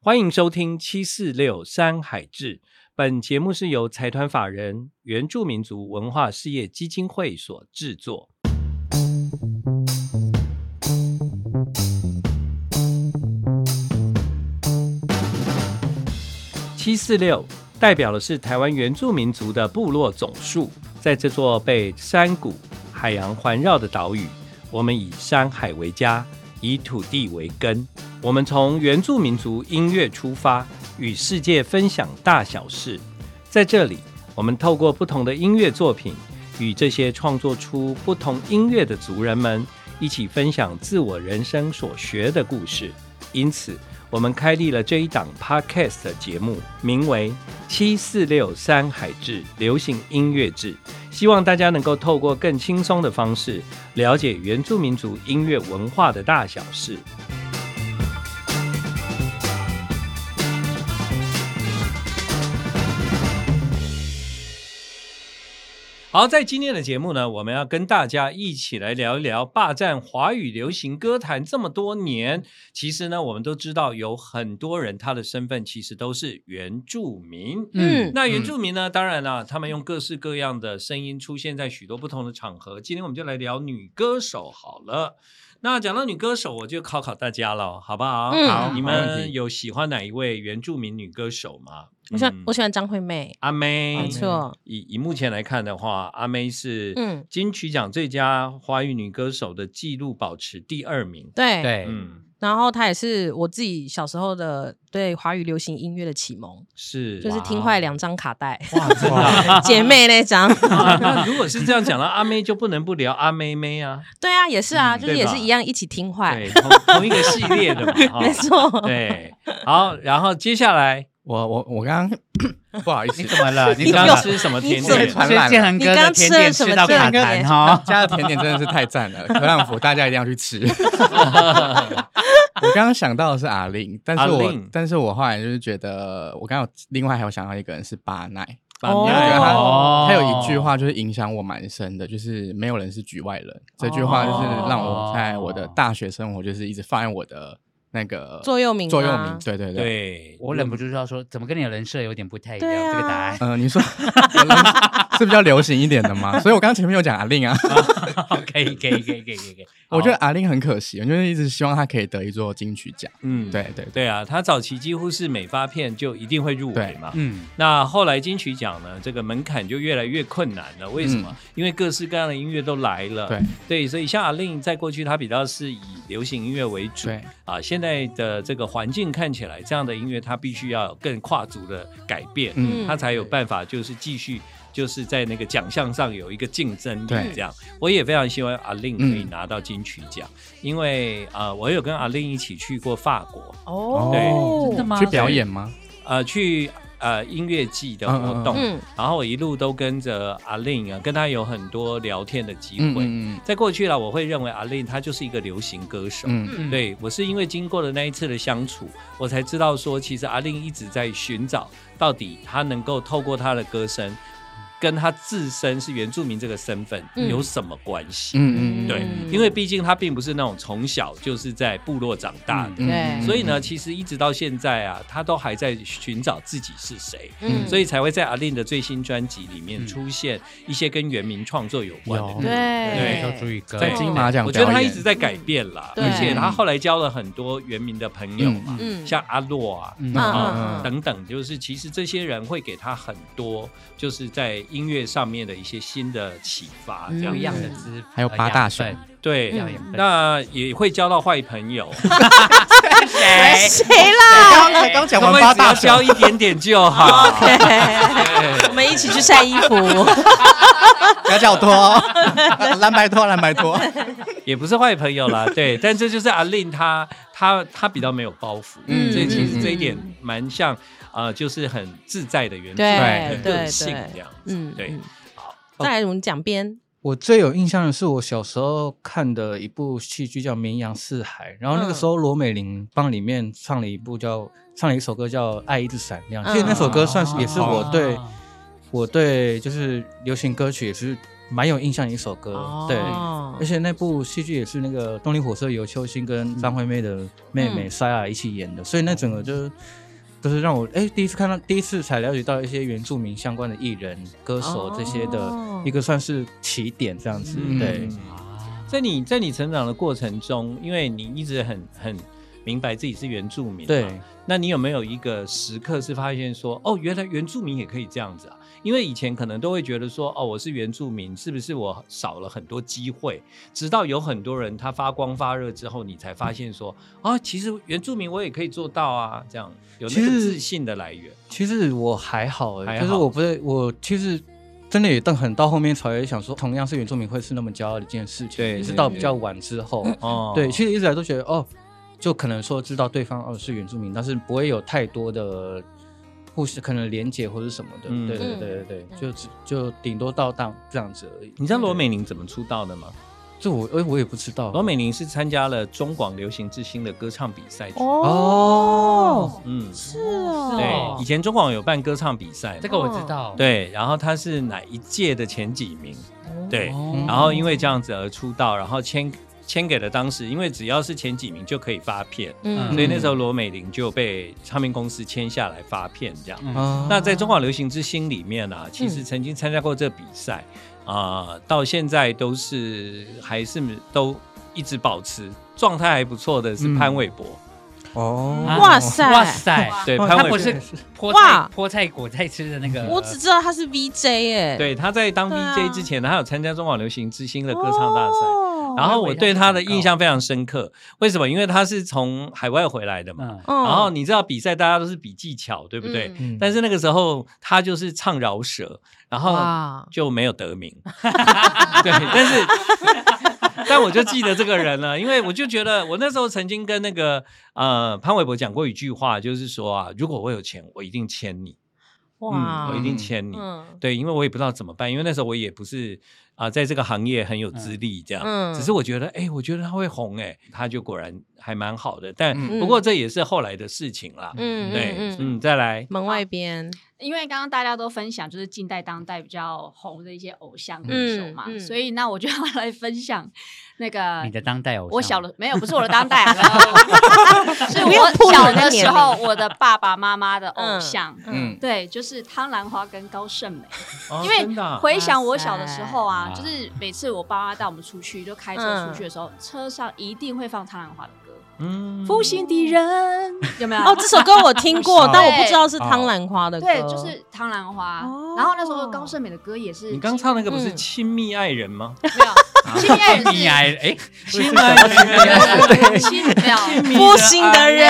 欢迎收听七四六山海志。本节目是由财团法人原住民族文化事业基金会所制作。七四六代表的是台湾原住民族的部落总数，在这座被山谷、海洋环绕的岛屿，我们以山海为家，以土地为根。我们从原住民族音乐出发，与世界分享大小事。在这里，我们透过不同的音乐作品，与这些创作出不同音乐的族人们一起分享自我人生所学的故事。因此，我们开立了这一档 podcast 的节目，名为《七四六山海志流行音乐志》，希望大家能够透过更轻松的方式，了解原住民族音乐文化的大小事。好，在今天的节目呢，我们要跟大家一起来聊一聊霸占华语流行歌坛这么多年。其实呢，我们都知道有很多人他的身份其实都是原住民。嗯那原住民呢，当然啦、他们用各式各样的声音出现在许多不同的场合。今天我们就来聊女歌手好了。那讲到女歌手，我就考考大家了，好不好？嗯好你没问们题有喜欢哪一位原住民女歌手吗？我喜欢、嗯我喜欢张惠妹，阿妹，嗯没错，以以目前来看的话，阿妹是嗯金曲奖最佳华语女歌手的纪录保持第二名。对，对，嗯，然后她也是我自己小时候的对华语流行音乐的启蒙，是，哦就是听坏两张卡带，哇，真的 啊、姐妹那张， 啊那如果是这样讲到阿妹，就不能不聊阿妹妹 啊，对啊，也是啊，嗯就是对也吧是一样一起听坏对，，同同一个系列的嘛，哈哎 没错，对，好，然后接下 来我我我刚 刚不好意思，你怎么了？你你刚怎么刚了吃什么你甜怎么 点对？传染建了。恒哥的甜点吃到卡痰哈，家的甜点真的是太赞 了，可朗普大家一定要去吃。我刚刚想到的是阿令，但是阿我令但是我后来就是觉得，我刚刚有另外还有想到一个人是巴奈，把哦因为那我觉得个他哦他有一句话就是影响我蛮深的，就是没有人是局外人。这句哦话就是让我在我的大学生活就是一直放在我的那个座右铭吗啊座右铭，对对对。对，我忍不住要说，怎么跟你的人设有点不太一样？对啊这个答案嗯、你说是比较流行一点的吗？所以我刚刚前面有讲阿令啊， 可以，可以，可以，可以，可以可以。我觉得阿令很可惜，我就是一直希望他可以得一座金曲奖。嗯，对对对对啊，他早期几乎是每发片就一定会入围对嘛， 嗯，那后来金曲奖呢，这个门槛就越来越困难了。为什么？嗯因为各式各样的音乐都来了。对所以像阿令在过去，他比较是以流行音乐为主。对啊，现在的这个环境看起来，这样的音乐它必须要有更跨足的改变，嗯它才有办法就是继续。就是在那个奖项上有一个竞争力，对这样我也非常希望阿令可以拿到金曲奖，因为呃，我有跟阿令一起去过法国，哦，真的？吗？去表演吗？呃，去呃音乐季的活动，嗯然后我一路都跟着阿令啊，跟他有很多聊天的机嗯会。嗯在过去啦，我会认为阿令他就是一个流行歌手。嗯嗯嗯，对我是因为经过了那一次的相处，我才知道说，其实阿令一直在寻找到底他能够透过他的歌声，跟他自身是原住民这个身份嗯有什么关系？嗯嗯，对嗯，因为毕竟他并不是那种从小就是在部落长啊大的，嗯对所以呢，其实一直到现在啊，他都还在寻找自己是谁。嗯所以才会在阿令的最新专辑里面嗯出现一些跟原民创作有关的有对对，要注意歌。在嗯对金马奖我觉得表他演一直在改变啦，嗯对而且他后来交了很多原民的朋友嘛，嗯像阿洛啊。嗯嗯啊嗯，嗯等等，就是其实这些人会给他很多，就是在音乐上面的一些新的启发，这样不一样子的资，还有八大熊呃养分对嗯，那也会交到坏朋友， 谁？哎谁哦啦？刚刚讲我们完八只要交大一点点就哦好。对我们一起去晒衣服，不要叫我拖哦，蓝白拖蓝白拖，也不是坏朋友啦，对，但这就是阿令他他他比较没有包袱，嗯，嗯所以其嗯实嗯这一点蛮像呃，就是很自在的原住对民对个对性这样子，嗯，对嗯，再来我们讲编，我最有印象的是我小时候看的一部戏剧叫《绵羊四海》，然后那个时候罗美玲帮里面唱了一部叫唱了一首歌叫《爱一直闪哦嗯亮》，其实那首歌算是也是我对我对就是流行歌曲也是蛮有印象的一首歌，呃对。哦而且那部戏剧也是那个动力火车由秋兴跟张惠妹的妹妹嗯莎雅一起演的，所以那整个就是就是让我哎、第一次看到，第一次才了解到一些原住民相关的艺人、歌手这些哦的一个算是起点这样子，嗯对。在你在你成长的过程中，因为你一直很很明白自己是原住民，对，那你有没有一个时刻是发现说，哦，原来原住民也可以这样子啊？因为以前可能都会觉得说，哦，我是原住民，是不是我少了很多机会？直到有很多人他发光发热之后，你才发现说，嗯哦，其实原住民我也可以做到啊，这样有那其个实自信的来源。其实我还好、欸，还就是好我不是我其实真的也到很到后面才会想说，同样是原住民会是那么骄傲的一件事情，对也是对到对比较晚之后，哦，对，其实一直以来都觉得哦，就可能说知道对方哦是原住民，但是不会有太多的互相可能连结或者什么的，嗯对对嗯对对嗯对，就只就顶多到当这样子而已。你知道罗美玲怎么出道的吗？这我哎我也不知道，罗美玲是参加了中广流行之星的歌唱比赛出。哦，嗯，是哦，对，以前中广有办歌唱比赛嘛，这个我知道。，对，然后她是哪一届的前几名？对，哦嗯然后因为这样子而出道，然后签签给了当时，因为只要是前几名就可以发片，嗯所以那时候罗美玲就被唱片公司签下来发片这样。啊那在中华流行之星里面啊，其实曾经参加过这比赛啊、到现在都是还是都一直保持状态还不错的是潘玮柏，哦啊哇塞哇塞，对哦潘 玮他不柏是菠哇菜菠菜果菜吃的那个，我只知道他是 VJ 哎，呃对，他在当对啊 VJ 之前呢，他有参加中华流行之星的哦，歌唱大赛。然后我我以为他对是他的广告印象非常深刻，为什么？因为他是从海外回来的嘛。嗯，嗯，然后你知道比赛大家都是比技巧，对不对？嗯嗯但是那个时候他就是唱饶舌，然后哇，就没有得 名。对，但是 但我就记得这个人了，因为我就觉得我那时候曾经跟那个呃潘玮柏讲过一句话，就是说啊，如果我有钱，我一定签你，嗯哇，我一定签你。嗯对，因为我也不知道怎么办，因为那时候我也不是啊、在这个行业很有资历这样，嗯只是我觉得，哎、我觉得他会红、哎，他就果然还蛮好的，但、嗯不过这也是后来的事情啦。嗯对，嗯嗯嗯，再来，门外边，因为刚刚大家都分享就是近代当代比较红的一些偶像歌手嘛，嗯嗯所以那我就要来分享那个你的当代偶像，我小的没有不是我的当代，啊 是我小的时候我的爸爸妈妈的偶像。嗯，对，就是汤兰花跟高胜美。哦因真为的啊回想我小的时候啊，哇塞就是每次我爸妈带我们出去，就开车嗯出去的时候，车上一定会放汤兰花的歌，嗯负心的人》有没有？哦，这首歌我听过，对但我不知道是汤兰花的歌，对，就是汤兰花。哦然后那时候高胜美的歌也是，你刚唱那个不是嗯亲密爱人吗？没有？亲爱人 你哎哎，亲密爱人，是亲没有。哦负心的人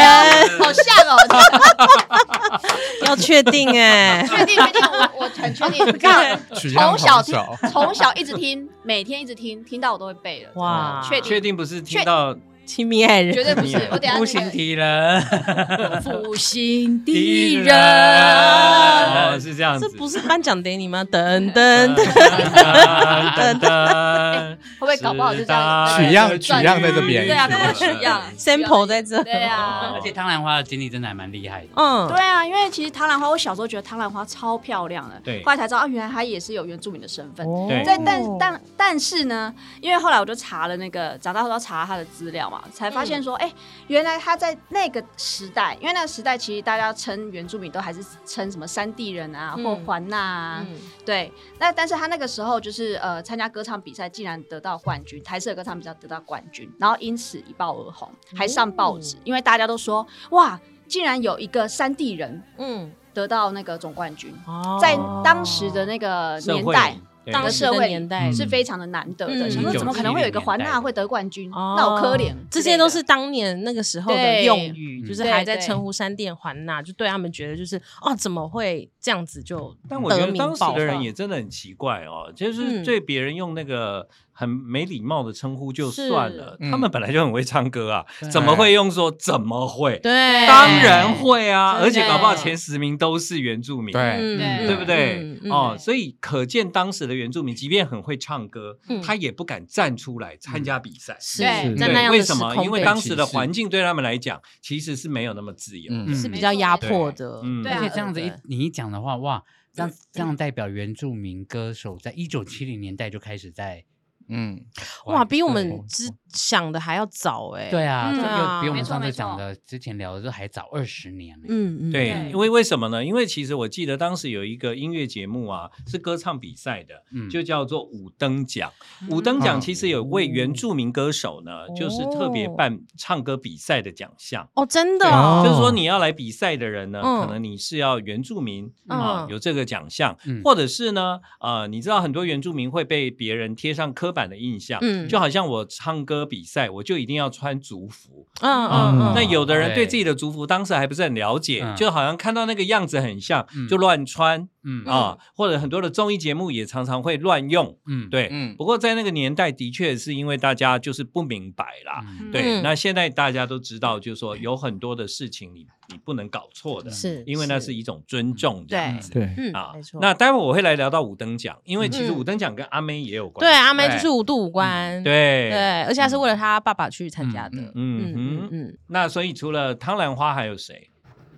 好像哦，要确定 哎，确定确定，我我很确定，这样取从样小好听，从小一直听，每天一直听，听到我都会背了。哇，确定确定不是听到亲密爱绝人，对不你，是我等一下孤那 行个敌人，负心敌的人人，哦，是这样这子，不是颁奖典礼吗？噔噔 噔，噔噔噔，会不会搞不好就这样？取样取转样在这边，对啊，搞不好取样 sample 在这对啊而。且汤兰花的经历真的还蛮厉害的。嗯，对啊，因为其实唐兰花，我小时候觉得唐兰花超漂亮的，对后来才知道啊，原来她也是有原住民的身份。哦对在但但但是呢，因为后来我就查了那个长大后要查他的资料嘛，才发嗯现说，哎、原来他在那个时代，因为那个时代其实大家称原住民都还是称什么山地人啊，嗯或环呐、啊，嗯对。那但是他那个时候就是呃参加歌唱比赛，竟然得到冠军，台式的歌唱比赛得到冠军，然后因此一爆而红，还上报纸，哦因为大家都说哇，竟然有一个山地人嗯，得到那个总冠军，哦在当时的那个社年会代。哦对当的时社会年代嗯是非常的难得的。嗯想说怎么可能会有一个环纳会得冠军？哦那我可怜。这些都是当年那个时候的对用语，就是嗯还在对对称呼山店环呐，就对他们觉得就是哦，怎么会这样子就但我觉得得名当时爆的人发也真的很奇怪哦，就嗯是对别人用那个很没礼貌的称呼就算了，是他们本来就很会唱歌啊，对怎么会用说怎么会？嗯对，当然会啊，真的而且搞不好前十名都是原住民，对，嗯，对对不对嗯？嗯哦，所以可见当时的原住民，即便很会唱歌嗯，他也不敢站出来参加比赛。是对在对那样为的什时么？空因为背当景时的环境对他们来讲，其实是没有那么自由。嗯是嗯比较压迫的，嗯对而啊且这样子一对嗯你一讲的话，哇，这样这样代表原住民歌手在一九七零年代就开始在嗯，哇，比我对们之想的还要早哎，对啊，嗯这啊个比我没们错上没次错讲的之前聊的都还早二十年呢。嗯，嗯对对，因为为什么呢？因为其实我记得当时有一个音乐节目啊，是歌唱比赛的，嗯哦就叫做五灯奖。五嗯灯奖其实有为原住民歌手呢，就是特别办唱歌比赛的奖项。哦，真的哦就是说，你要来比赛的人呢，嗯可能你是要原住民嗯啊，有这个奖项，嗯或者是呢，呃，你知道很多原住民会被别人贴上刻板的印象，嗯就好像我唱歌比赛，我就一定要穿族服，啊嗯嗯嗯嗯，那有的人对对自己的族服当时还不是很了解，嗯就好像看到那个样子很像，嗯就乱穿嗯啊，或者很多的综艺节目也常常会乱用。嗯，对，嗯不过在那个年代，的确是因为大家就是不明白啦。嗯对，嗯那现在大家都知道，就是说有很多的事情你你不能搞错的，是因为那是一种尊重这样子。对，嗯啊没错，那待会我会来聊到五等奖，因为其实嗯五等奖跟阿妹也有关对啊系。阿妹就对是五度五关，嗯对对，而且还是为了她爸爸去参加的，嗯嗯嗯哼，嗯，那所以除了汤兰花还有谁？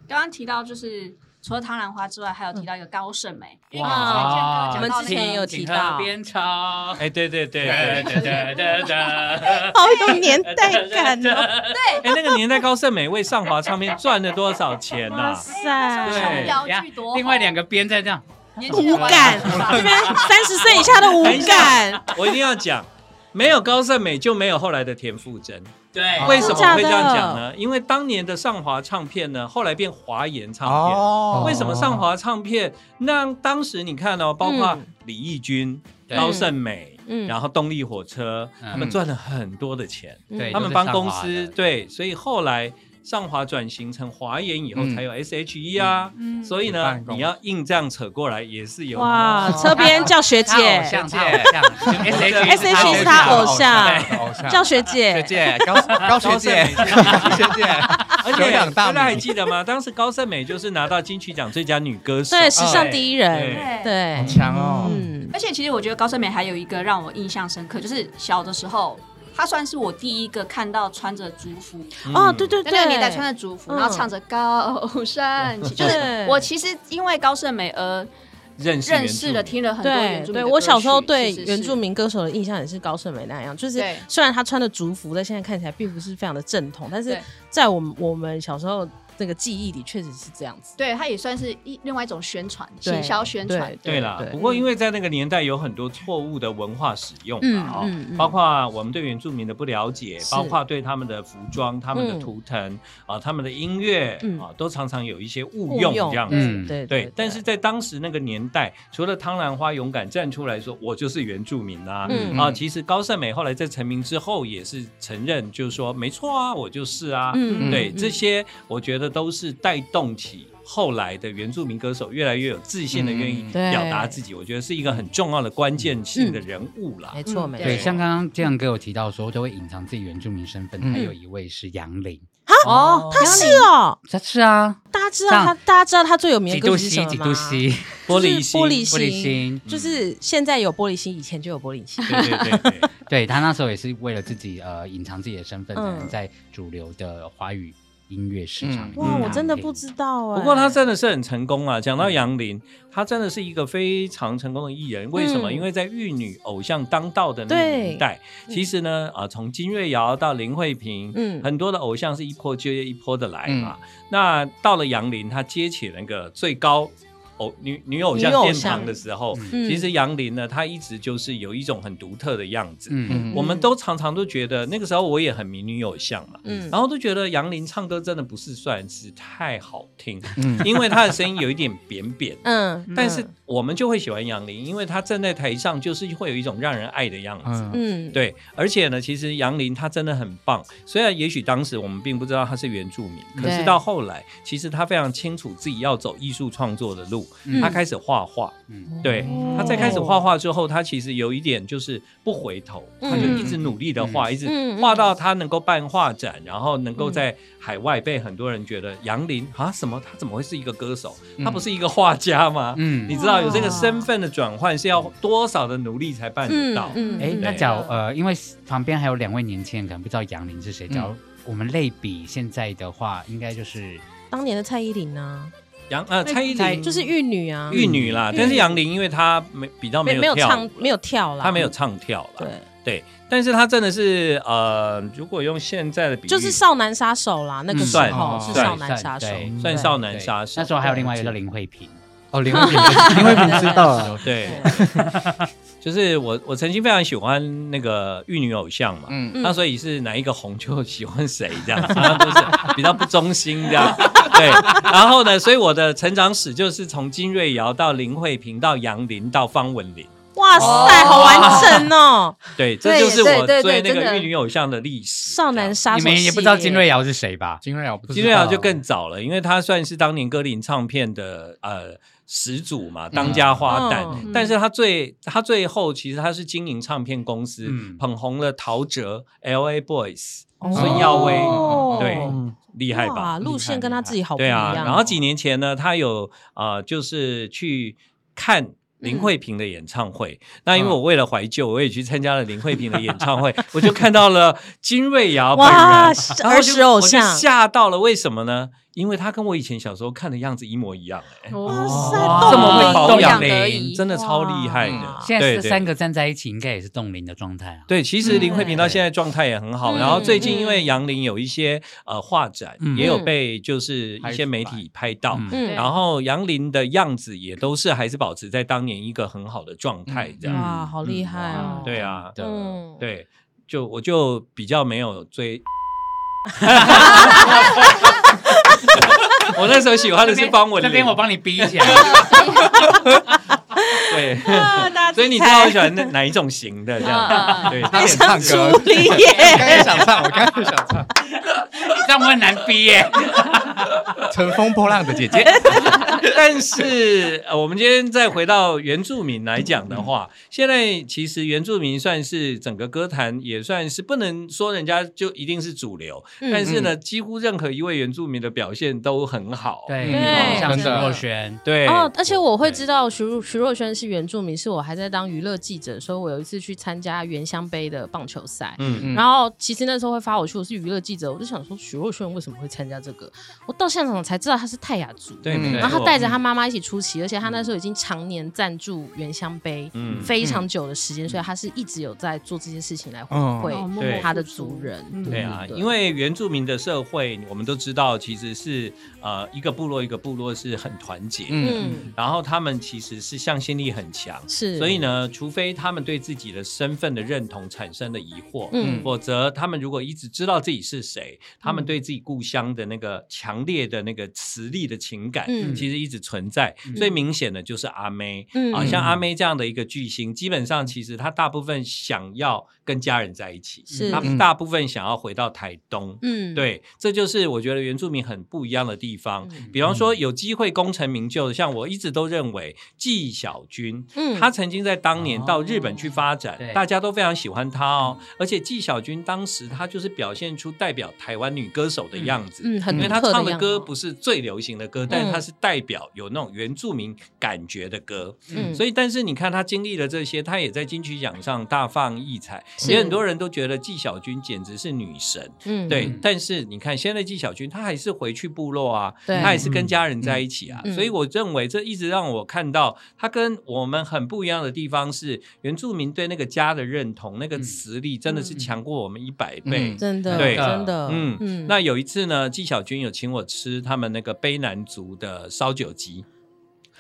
刚刚提到就是除了唐兰花之外，还有提到一个高胜梅，因为哇，啊我嗯们之前也有提到边超， 哎，对对对哒对对哒哒哒哒好有年代感哦，哎、那个年代高胜美为上华唱片赚了多少钱呐、哇哎塞，对小呀表剧多，另外两个边在 这样，年轻人无感， 这边三十岁以下的无感，我一定要讲，没有高胜美就没有后来的田馥甄。对啊为什么会这样讲真呢？因为当年的上华唱片呢，后来变华研唱片。哦为什么上华唱片？那当时你看哦，包括李翊君、对高胜美，嗯然后动力火车，嗯他们赚了很多的钱。对他们帮公司都是上华的对，所以后来上华转型成华研以后，嗯才有 SHE 啊。嗯所以呢办，公你要硬这样扯过来也是有哇，哦车边叫学他偶姐，像，他偶像 S H S H E 是他偶像对偶像叫学学姐，姐高高学姐学姐，而久且仰大大家还名，记得吗？当时高胜美就是拿到金曲奖最佳女歌手，对，时尚第一人，对对。对，强哦，嗯，而且其实我觉得高胜美还有一个让我印象深刻，就是小的时候，她算是我第一个看到穿着族服，哦，对对在对，那个年代穿着族服，嗯然后唱着高山，就是对我其实因为高胜美而认识认识了，听了很多原对住民的对，歌曲我小时候对是是是原住民歌手的印象也是高胜美那样，就是对虽然她穿的族服，但现在看起来并不是非常的正统，但是对在我们我们小时候那个记忆里，确实是这样子。对她也算是一另外一种宣传，对行销宣传，对 啦。不过因为在那个年代有很多错误的文化使用嗯啊，哦嗯嗯包括我们对原住民的不了解，是包括对他们的服装、他们的嗯图腾啊、他们的音乐嗯啊，都常常有一些误误用用这样嗯子。对对，但是在当时那个年代，除了汤兰花勇敢站出来说我就是原住民啊，嗯啊，其实高胜美后来在成名之后也是承认，就是说没错啊，我就是啊，嗯对，嗯这些我觉得都是带动起。后来的原住民歌手越来越有自信的嗯愿意对表达自己，我觉得是一个很重要的关键性的人物啦。没错嗯没对，错，像刚刚建阳哥有提到说，都会隐藏自己原住民身份，嗯还有一位是杨林，哦，他是哦，这是啊，大家知道他，上大家知道他最有名几的歌度曲是西什么几吗？度西，玻璃就是心，嗯玻璃玻璃心，就是现在有玻璃心，以前就有玻璃心。对对对对， 对他那时候也是为了自己呃隐藏自己的身份，才嗯能在主流的华语音乐市场里面嗯哇，唱我真的片不知道哎。不过他真的是很成功啊！讲到杨林，他真的是一个非常成功的艺人。为什么？嗯因为在玉女偶像当道的那个年代，对其实呢，啊、从金瑞瑶到林慧萍，嗯很多的偶像是一波接一波的来嘛。那到了杨林，他接起那个最高偶女女偶像女偶殿像堂的时候，嗯其实杨林呢，她一直就是有一种很独特的样子。嗯，我们都常常都觉得，那个时候我也很迷女偶像嘛，嗯然后都觉得杨林唱歌真的不是算是太好听， 嗯因为她的声音有一点扁扁。嗯，但是我们就会喜欢杨林，因为她站在台上就是会有一种让人爱的样子。嗯嗯，对，而且呢，其实杨林她真的很棒。虽然也许当时我们并不知道她是原住民，可是对到后来，其实她非常清楚自己要走艺术创作的路。术，他开始画画。嗯对他在开始画画之后，他其实有一点就是不回头，他就一直努力的画，一嗯直嗯嗯画到他能够办画展，然后能够在海外被很多人觉得杨林啊什么，他怎么会是一个歌手？他不是一个画家吗？嗯你知道有这个身份的转换是要多少的努力才办得到？嗯哎，那对假如呃，因为旁边还有两位年轻人，可能不知道杨林是谁。假如我们类比现在的话，应该就是当年的蔡依林啊，杨呃蔡依蔡林就是玉女啊，玉女啦，嗯但是杨林因为她没比较没没有跳唱舞，没有跳啦，她没有唱跳啦，对，对，但是她真的是呃，如果用现在的比喻，嗯就是少男杀手啦，那个时算哦候哦是算少男杀手，嗯对算少男杀手那时候还有另外一个叫林慧萍，哦，林慧萍， 林慧萍知道了，对， 就是我我曾经非常喜欢那个玉女偶像嘛，嗯，那所以是哪一个红就喜欢谁这样，然后都是比较不忠心这 样。对，然后呢，所以我的成长史就是从金瑞瑶到林慧萍到杨林到方文琳，哇塞，好完整哦！对，这对就是我对对追那真个的玉女偶像的历史。少男杀你手，们也不知道金瑞，瑶是谁吧？金瑞瑶不知道，金瑞啊瑶就更早了，因为她算是当年歌林唱片的呃始祖嗯嘛，当家花旦。嗯但是她最她最后其实她是经营唱片公司，嗯捧红了陶喆、L A Boys，孙耀威对哦哇嗯，厉害吧？路线跟他自己好不一对样啊哦。，然后几年前呢，她有呃就是去看。嗯林慧萍的演唱会，那因嗯为我为了怀旧，我也去参加了林慧萍的演唱会，我就看到了金瑞瑶本人，哇，然后儿我就时偶我像就，吓到了。为什么呢？因为他跟我以前小时候看的样子一模一样、哎哇塞，哇这么会保动养得龄，宜真的超厉害的哇。现在对这对三个站在一起，应该也是冻龄的状态啊。对，其实林慧萍到现在状态也很好，嗯然后最近因为杨林有一些呃画展，嗯也有被就是一些媒体拍到。嗯嗯然后杨林的样子也都是还是保持在当年一个很好的状态，嗯这样、哇，好厉害哦！嗯嗯对啊，的对，就我就比较没有 追。 我那时候喜欢的是方文这琳，边我帮你 逼一下。对，啊大家 自所以己你知道猜我喜欢哪哪一种型的这样？嗯对，他想唱歌，朱丽叶，刚才想唱，我刚才想唱这样我很难逼耶。 《 乘风破浪的姐姐》， 但是、呃、我们今天再回到原住民来讲的话，嗯现在其实原住民算是整个歌坛也算是不能说人家就一定是主流，嗯但是呢，几乎任何一位原住民的表现都很好。对嗯对像真徐的若瑄，哎对哦，而且我会知道徐若徐若瑄是原住民，是我还在当娱乐记者，所以我有一次去参加原乡杯的棒球赛。嗯，嗯然后其实那时候会发我去，我是娱乐记者，我就想说徐若瑄为什么会参加这个？我到现场才知道她是泰雅族，对，嗯没错然后她带着她妈妈一起出席，而且她那时候已经常年赞助原乡杯嗯非常久的时间，所以她是一直有在做这些事情来回哦馈默嗯对默她的付出族人。嗯对啊，因为原住民的社会，我们都知道，其实是呃一个部落一个部落是很团结，嗯，嗯，然后他们其实是向心力很强，是，所以呢，除非他们对自己的身份的认同产生了疑惑，嗯否则他们如果一直知道自己是谁，他们对自己故乡的那个强烈的那个磁力的情感，嗯其实一直存在。最明显的就是阿妹、嗯啊，像阿妹这样的一个巨星，基本上其实她大部分想要跟家人在一起，是她大部分想要回到台东。嗯，对，这就是我觉得原住民很不一样的地方。嗯比方说，有机会功成名就的，像我一直都认为纪晓君，嗯哦他曾经在当年到日本去发展，对大家都非常喜欢他哦。而且纪晓君当时她就是表现出代表台湾女歌手的样子，嗯，很因为独她特唱的的样歌貌嗯不是最流行的歌，但是她是代表有那种原住民感觉的歌。嗯所以，但是你看他经历了这些，他也在金曲奖上大放异彩，是也很多人都觉得纪晓君简直是女神。嗯对嗯，但是你看，现在纪晓君她还是回去部落啊，对她还是跟家人在一起啊，嗯嗯所以我认为这一直让我看到她跟我们很不一样的地方是，原住民对那个家的认同，那个磁力真的是强过我们一百倍。嗯真的，对真的，嗯那有一次呢，纪晓君有请我吃他们那个卑南族的烧酒鸡，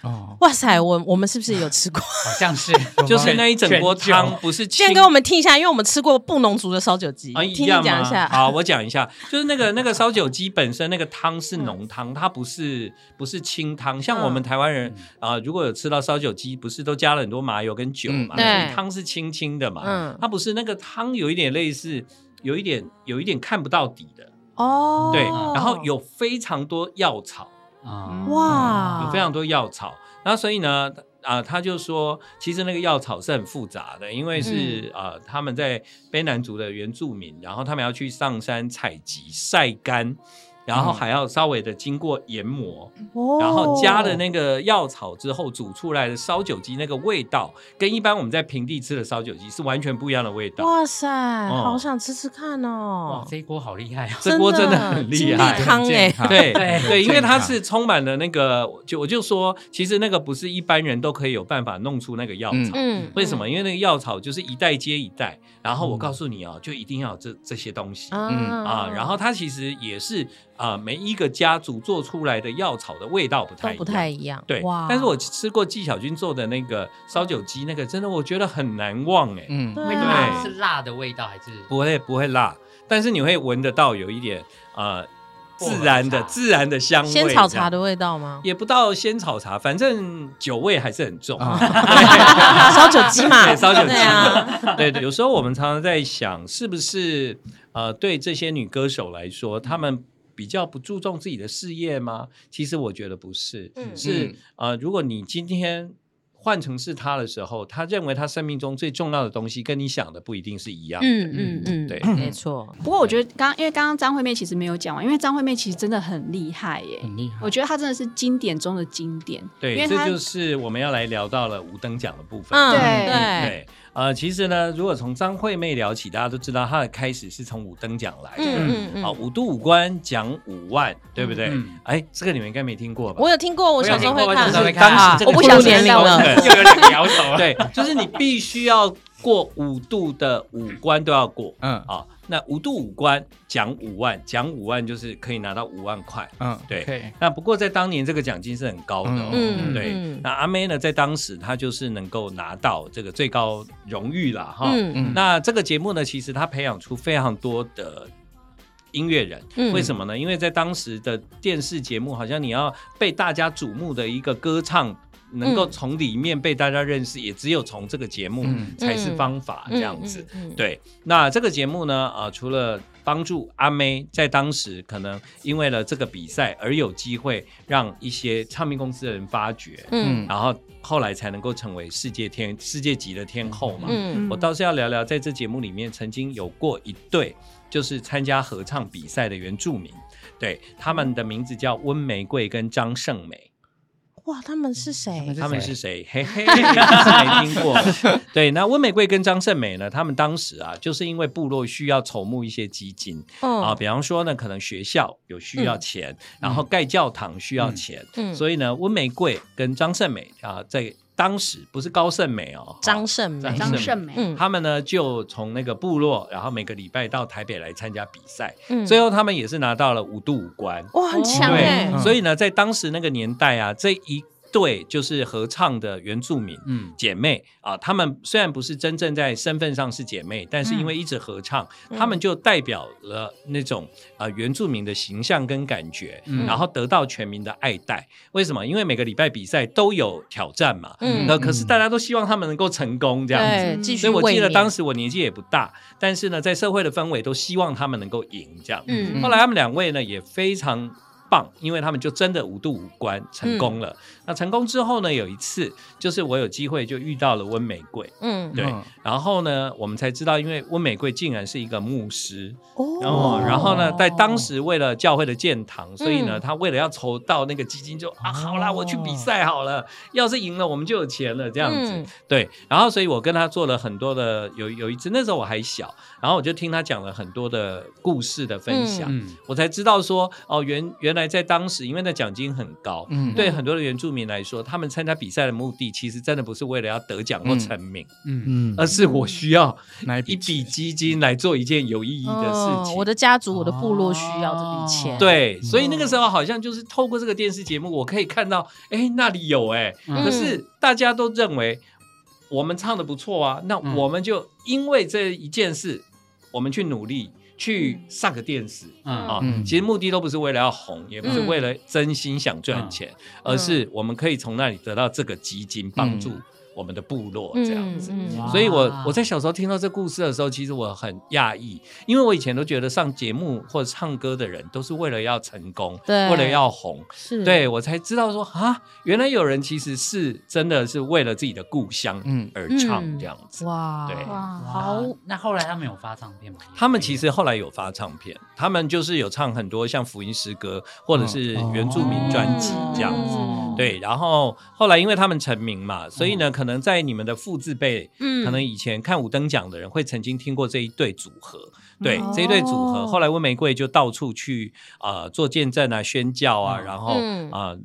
哦，哇塞，我我们是不是 有吃过？好像是，就是那一整锅全酒汤，不是先清跟我们听一下，因为我们吃过布农族的烧酒鸡，啊，听你样讲一吗下。好，我讲一 下，就是那个那个烧酒鸡本身那个汤是浓汤，它不是不是清汤。像嗯我们台湾人啊、如果有吃到烧酒鸡，不是都加了很多麻油跟酒嘛，嗯对所以汤是清清的嘛。嗯它不是那个汤有一点类似，有一点有一点看不到底的，哦，对。然后有非常多药草。啊，哇有非常多药草。那所以呢，啊、他就说，其实那个药草是很复杂的，因为是嗯啊、呃他们在卑南族的原住民，然后他们要去上山采集、晒嗯干，然后还要稍微的经过研磨，哦然后加了那个药草之后煮出来的烧酒鸡那个味道，跟一般我们在平地吃的烧酒鸡是完全不一样的味道。哇塞，哦好想吃吃看哇哦，，这一锅好厉害啊！这锅真的很厉害精力汤哎、 对对对，因为它健康是充满了那个，就我就说，其实那个不是一般人都可以有办法弄出那个药嗯草。嗯为什么？？因为那个药草就是一代接一代，然后我告诉你哦，就一定要有这这些东西嗯嗯啊。然后它其实也是啊、每一个家族做出来的药草的味道不都太一不太样。一样，对哇，，但是我吃过纪晓君做的那个烧酒鸡，那个真的我觉得很难忘哎、嗯对，啊味对道是辣的味道还是不会不会辣，但是你会闻得到有一点呃薄荷自然的茶自然的香味，仙草茶的味 道吗？也不到仙草茶，反正酒味还是很重。 啊，烧酒鸡嘛，对烧酒鸡对啊， 对对，有时候我们常常在想，是不是呃，对这些女歌手来说，她们比较不注重自己的事业吗？其实我觉得不是，嗯是嗯呃，如果你今天。换成是她的时候，她认为她生命中最重要的东西，跟你想的不一定是一样的。嗯嗯嗯，对没错，不过我觉得刚因为刚刚张惠妹其实没有讲完，因为张惠妹其实真的很厉害耶，很厉害我。觉得她真的是经典中的经典。因嗯对，为这她就是我们要来聊到了五等奖的部分。嗯对对，对，呃，其实呢，如果从张惠妹聊起，大家都知道她的开始是从五等奖来的。嗯嗯嗯啊，五度五关奖五万，对不对嗯？哎，这个你们应该没听过吧？我有听过，我小时候会我有看听过我小时候会，看啊这我个不是想我年龄年代了，嗯又有点摇头啊了？对，就是你必须要过五度的五关都要过嗯啊。那五度五关奖五万，奖五万就是可以拿到五万块。嗯，对对，那不过在当年这个奖金是很高的、哦，嗯对。嗯那阿妹呢，在当时她就是能够拿到这个最高荣誉啦，哈。嗯嗯那这个节目呢，其实它培养出非常多的音乐人，嗯为什么呢？因为在当时的电视节目，好像你要被大家瞩目的一个歌唱，能够从里面被大家认识，也只有从这个节目嗯才是方法这样子。，嗯，嗯对，那这个节目呢，啊、除了帮助阿妹在当时可能因为了这个比赛而有机会让一些唱片公司的人发掘，嗯然后后来才能够成为世界天世界级的天后嘛。嗯我倒是要聊聊，在这节目里面曾经有过一对，就是参加合唱比赛的原住民，对，他们的名字叫温玫瑰跟张胜美。哇，他们是谁？他们是谁？嘿嘿，没听过。对，那温玫瑰跟张胜美呢？他们当时啊，就是因为部落需要筹募一些基金啊，嗯比方说呢，可能学校有需要钱，然后盖教堂需要钱，嗯，所以呢，温玫瑰跟张胜美啊，在当时不是高胜美哦，张胜美，张张胜胜梅，嗯他们呢就从那个部落，然后每个礼拜到台北来参加比赛，嗯最后他们也是拿到了五度五关。哇，很强对，哎，所以呢，在当时那个年代啊，这一对就是合唱的原住民。嗯，姐妹啊，她们虽然不是真正在身份上是姐妹，但是因嗯为一直合唱，她、们就代表了那种呃原住民的形象跟感觉，嗯然后得到全民的爱戴。为什么？因为每个礼拜比赛都有挑战嘛，呃嗯那、可是大家都希望他们能够成功这样子。对，继续所以我记卫得冕当，时我年纪也不大，但是呢，在社会的氛围都希望他们能够赢这样。嗯后来他们两位呢也非常棒，因为他们就真的五度五关成功了。嗯那成功之后呢，有一次就是我有机会就遇到了温玫瑰，嗯，对，嗯然后呢，我们才知道，因为温玫瑰竟然是一个牧师，然后哦，嗯然后呢，在当时为了教会的建堂，所以呢，他为了要筹到那个基金就，啊，好啦，我去比赛好了，要是赢了我们就有钱了，这样子。嗯对，然后所以我跟他做了很多的，有有一次那时候我还小，然后我就听他讲了很多的故事的分享，嗯我才知道说，哦，原原来在当时，因为那奖金很高。嗯，对很多的原住民来说，他们参加比赛的目的其实真的不是为了要得奖或成名，嗯，嗯而是我需要呃那一一笔笔钱基金来做一件有意义的事情。嗯我的家族、我的部落需要这笔钱，哦，对，所以那个时候好像就是透过这个电视节目，我可以看到，哎，那里有哎、嗯可是大家都认为我们唱的不错啊，那嗯我们就因为这一件事，我们去努力去上个电视。嗯啊、嗯其实目的都不是为了要红，也不是为了真心想赚钱，而是我们可以从那里得到这个基金，帮助我们的部落这样嗯子。嗯，所以我我在小时候听到这故事的时候，其实我很讶异，因为我以前都觉得上节目或者唱歌的人都是为了要成功，对为了要红，是，对我才知道说啊，原来有人其实是真的是为了自己的故乡嗯而嗯，唱这样子。哇，对哇，好。那后来他们有发唱片吗？他们其实后来有发唱片，他们就是有唱很多像福音诗歌或者是原住民专辑这样子。嗯对，然后后来因为他们成名嘛，所以呢，可能在你们的父字辈，嗯可能以前看五灯奖的人会曾经听过这一对组合。对，嗯这一对组合，哦后来温玫瑰就到处去呃做见证啊、宣教啊，嗯然后嗯啊、呃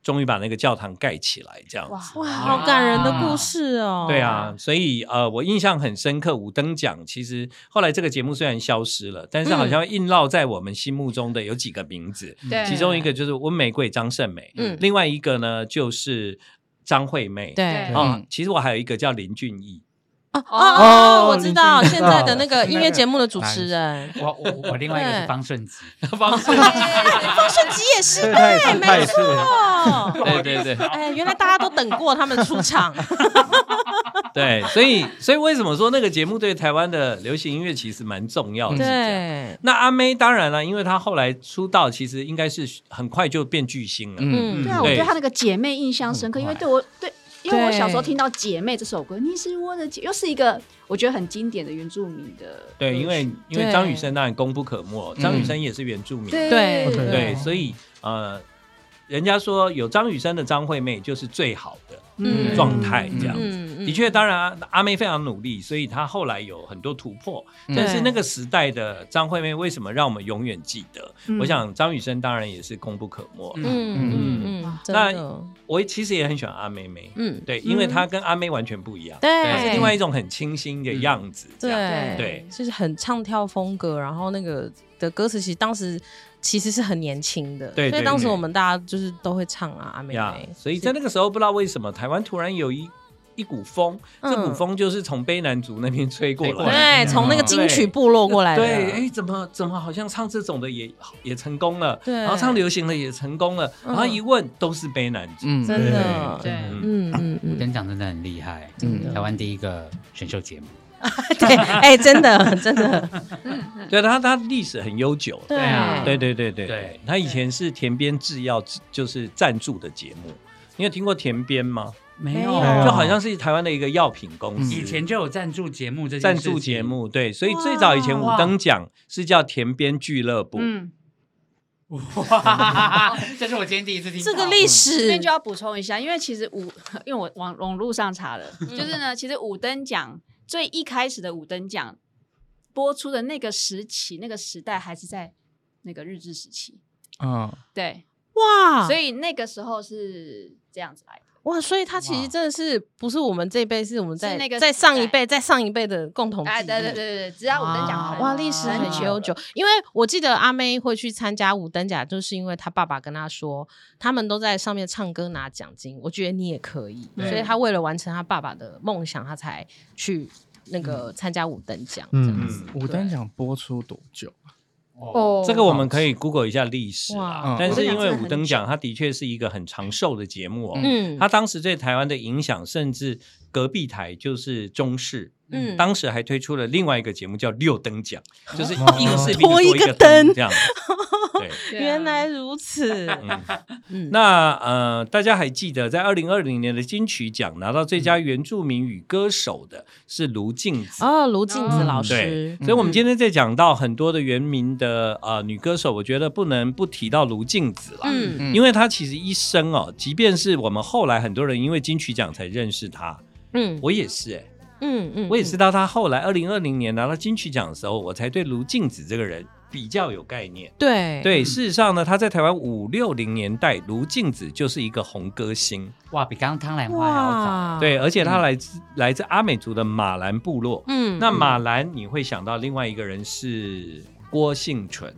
终于把那个教堂盖起来这样子。哇，好感人的故事哦，对啊，，所以呃，我印象很深刻，五灯奖其实后来这个节目虽然消失了，但是嗯好像印烙在我们心目中的有几个名字，对，嗯其中一个就是温玫瑰张胜美，嗯另外一个呢就是张惠妹，对对。啊、嗯其实我还有一个叫林俊逸，哦哦哦，我知道林俊杰现在的那个音乐节目的主持 人，哎我我我另外一个是方顺吉，方式方胜基也是，太哎，是没太是错， 对对对哎，原来大家都等过他们出 场，对，所以所以为什么说那个节目对台湾的流行音乐其实蛮重要的？是这样嗯对，那阿妹当然了，因为她后来出道，其实应该是很快就变巨星了。嗯对啊，我对嗯对她那个姐妹印象深刻，因为对我对，因为我小时候听到《姐妹》这首歌，你是我的姐，又是一个我觉得很经典的原住民的歌曲，对，因为因为对嗯张雨生当然功不可没，哦张雨生也是原住民，对对对对，所以呃，人家说有张雨生的张惠妹就是最好的嗯状态，这样子。嗯的，确，当然啊阿妹非常努力，所以她后来有很多突破。嗯但是那个时代的张惠妹为什么让我们永远记得？我想张雨生当然也是功不可没。嗯嗯嗯，真那的，我其实也很喜欢阿妹妹，嗯，对，因为她跟阿妹完全不一样，她是对，嗯另外一种很清新的样子，这样。对对就是很唱跳风格，然后那个的歌词其实当时其实是很年轻的，对所以对当时对我们大家就是都会唱啊阿妹呀妹，所以在那个时候，不知道为什么台湾突然有一一股风，嗯这股风就是从卑南族那边吹过吹过来。对，从那个金曲部落过来的，对，哎，怎么怎么好像唱这种的也也成功了，对然后唱流行的也成功了，嗯然后一问都是卑南族，嗯真的，对嗯嗯嗯嗯，登奖真的很厉害，嗯台湾第一个选秀节目， 对，哎，真的真的，对，它它历史很悠久，嗯对 啊对对对对对它以前是田边制药就是赞助的节目，你有听过田边吗？没有哦就好像是台湾的一个药品公司，以前就有赞助节目这件嗯赞事情助节，目，对，所以最早以前五哇等奖是叫田边俱乐部，嗯，哇，这是我今天第一次听到这个历这史边就要补充一下，因为其实五，因为我网网络上查了，嗯就是呢，其实五等奖最一开始的五等奖播出的那个时期，那个时代还是在那个日治时期，嗯，对，哇，所以那个时候是这样子来的。哇，所以它其实真的是不是我们这一辈，是我们在是那个在上一时代辈、在上一辈的共同记忆。哎，对对对对，对只要五等奖啊很哦哇，历史很悠久。因为我记得阿妹会去参加五等奖，就是因为她爸爸跟她说，他们都在上面唱歌拿奖金，我觉得你也可以，对所以她为了完成她爸爸的梦想，她才去那个参加五等奖。嗯嗯。五等奖播出多久？哦这个我们可以 Google 一下历史啊哇，但是因为五五等等奖奖它的确是一个很长寿的节目哦，嗯，它当时对台湾的影响，甚至隔壁台就是中视，嗯当时还推出了另外一个节目叫六等奖，就是哇一个士兵哦多一一个个灯 这样。对，啊原来如此。嗯。嗯，那呃，大家还记得在二零二零年的金曲奖拿到最佳原住民语歌手的是卢静子。嗯哦，嗯卢静子嗯老对师，，所以，我们今天在讲到很多的原名的呃女歌手，我觉得不能不提到卢静子啦。嗯嗯因为她其实一生哦，即便是我们后来很多人因为金曲奖才认识她，嗯我也是、欸，嗯嗯，我也是到她后来二零二零年拿到金曲奖的时候，我才对卢静子这个人比较有概念。对嗯对，事实上呢，她在台湾五六零年代，卢静子就是一个红歌星，哇，比刚刚汤兰花还要早。啊对，而且她来自、来自阿美族的马兰部落，嗯，那马兰，你会想到另外一个人是郭幸存，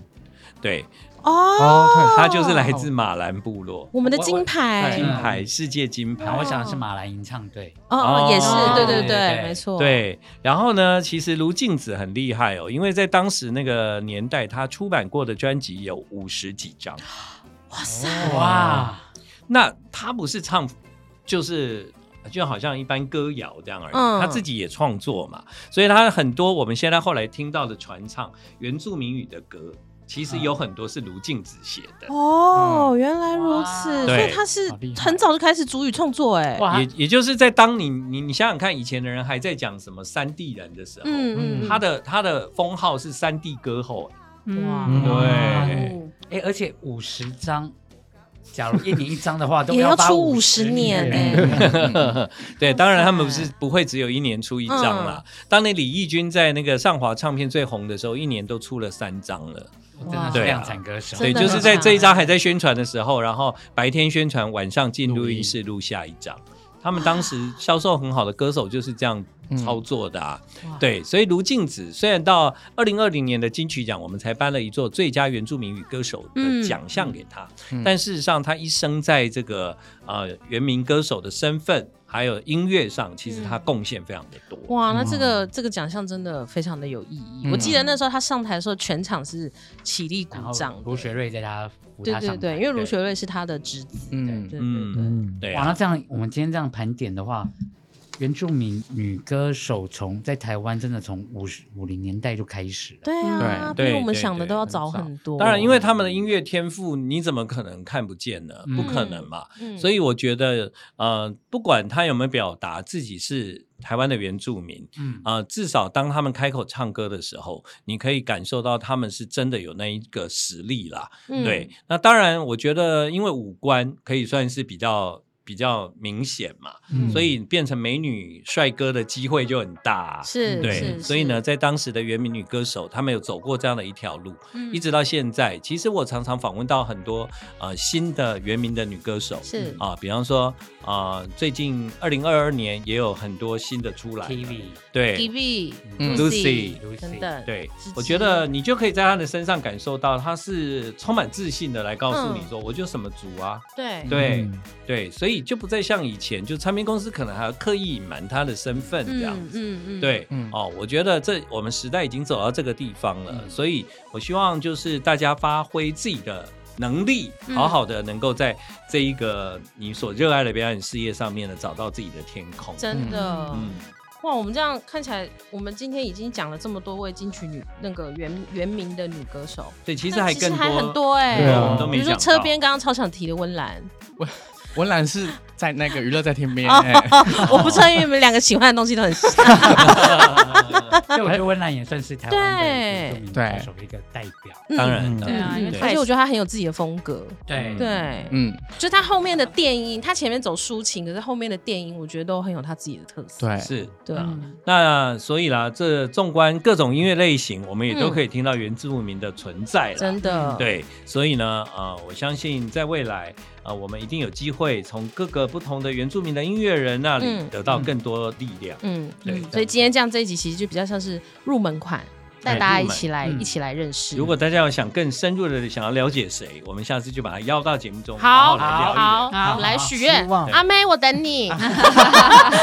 对哦，哦，太他就是来自马兰部落，我们的我金牌，金牌世界金牌然后。我想的是马来吟唱队，哦哦，也是，哦对对对对，对没错，，对，然后呢，其实卢静子很厉害哦，因为在当时那个年代，她出版过的专辑有五十几张。哇塞，哇，那她不是唱，就是就好像一般歌谣这样而已。嗯他自己也创作嘛，所以他很多我们现在后来听到的传唱原住民语的歌，其嗯实有很多是卢静子写的。哦，原来如哇此，所以嗯对他是好厉害很早就开始主语创作，哎，哇，也也就是在当你你你想想看，以前的人还在讲什么山地人的时候，嗯嗯，他的他的封号是山地歌后，哇嗯对哎、而且五十张，假如一年一张的话，都也要发出五50年 哎。对，哇当然他们不塞是不会只有一年出一张啦。当年李翊君在那个上华唱片最红的时候，一年都出了三张了。我真的是对啊量产歌手，对，真就的是很在强这一张欸还在宣传的时候，然后白天宣传，晚上进录录音音室录下一张。他们当时销售很好的歌手就是这样操作的啊。哇，对，所以卢静子虽然到二零二零年的金曲奖，我们才颁了一座最佳原住民语歌手的奖项给她，嗯但事实上她一生在这个呃原民歌手的身份还有音乐上，其实她贡献非常的多。哇，那嗯这个这个奖项真的非常的有意义。我记得那时候他上台的时候，全场是起立鼓然后掌的。卢学瑞在他扶对他对上对，台因为卢学瑞是他的侄子。嗯对对嗯对对。对哇，那啊，这样我们今天这样盘点的话，原住民女歌手从在台湾真的从五十五零年代就开始了。对啊，对比我们对想的对都要很早早很多。当然，因为他们的音乐天赋，你怎么可能看不见呢？不可能嘛。嗯所以我觉得，呃，不管他有没有表达自己是台湾的原住民，嗯，啊，至少当他们开口唱歌的时候，你可以感受到他们是真的有那一个实力啦。嗯对，那当然，我觉得因为五官可以算是比较比较明显嘛，嗯所以变成美女帅哥的机会就很大啊、是对，是所以呢，是在当时的原民女歌手，她们有走过这样的一条路，嗯一直到现在。其实我常常访问到很多呃新的原民的女歌手，是啊，比方说啊、呃最近二零二二年也有很多新的出来， TV 对 Gibi、嗯 Lucy Lucy 等等，对直，我觉接得你就可以在他的身上感受到，他是充满自信的来告诉你嗯说，我就什么族啊，对对、嗯对，所以就不再像以前，就唱片公司可能还要刻意隐瞒他的身份这样嗯子。嗯嗯，嗯对，嗯哦，我觉得这我们时代已经走到这个地方了，所以我希望就是大家发挥自己的能力，嗯好好的能够在这一个你所热爱的表演事业上面呢，找到自己的天空。真的。嗯，哇，我们这样看起来，我们今天已经讲了这么多位金曲女那个原原名的女歌手，对，其其实还更多，嗯很多哎、对啊我们都没比如说讲车到边刚刚超想提的温岚， 文兰是在那个娱乐在天边，哦哎，我不知道，因为你们两个喜欢的东西都 很像。啊对，我觉得温岚也算是台湾的原住民歌手的一个代表。嗯当然，嗯当对然啊，因为对而太且我觉得他很有自己的风格，对对，嗯，就他后面的电音，他前面走抒情，可是后面的电音，我觉得都很有他自己的特色。对，是。对啊，那所以啦，这纵观各种音乐类型，我们也都可以听到原住民的存在了。嗯真的，，对，所以呢，呃，我相信在未来，呃，我们一定有机会从各个不同的原住民的音乐人那里嗯得到更多力量。嗯，对所以今天这样这一集其实就比较像是入门款，带哎大家入一门起来、嗯一起来认识。如果大家要想更深入的想要了解谁，我们下次就把他邀到节目中，好好来聊一聊。好好，来许愿希，望阿妹我等 你，他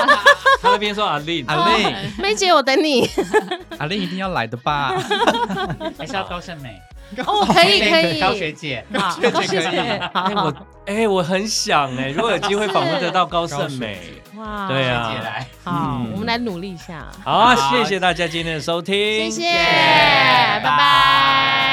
那边说阿丽，阿丽，妹姐我等 你。阿丽一定要来的吧？还是要高胜美，哦，可以可以， 高学姐，好， 高学姐，好哎、好我哎、我很想哎、如果有机会访问得到高胜是美，哇，对啊学姐来，好，嗯我们来努力一下，好啊，好谢谢大家今天的收听，谢谢，拜拜。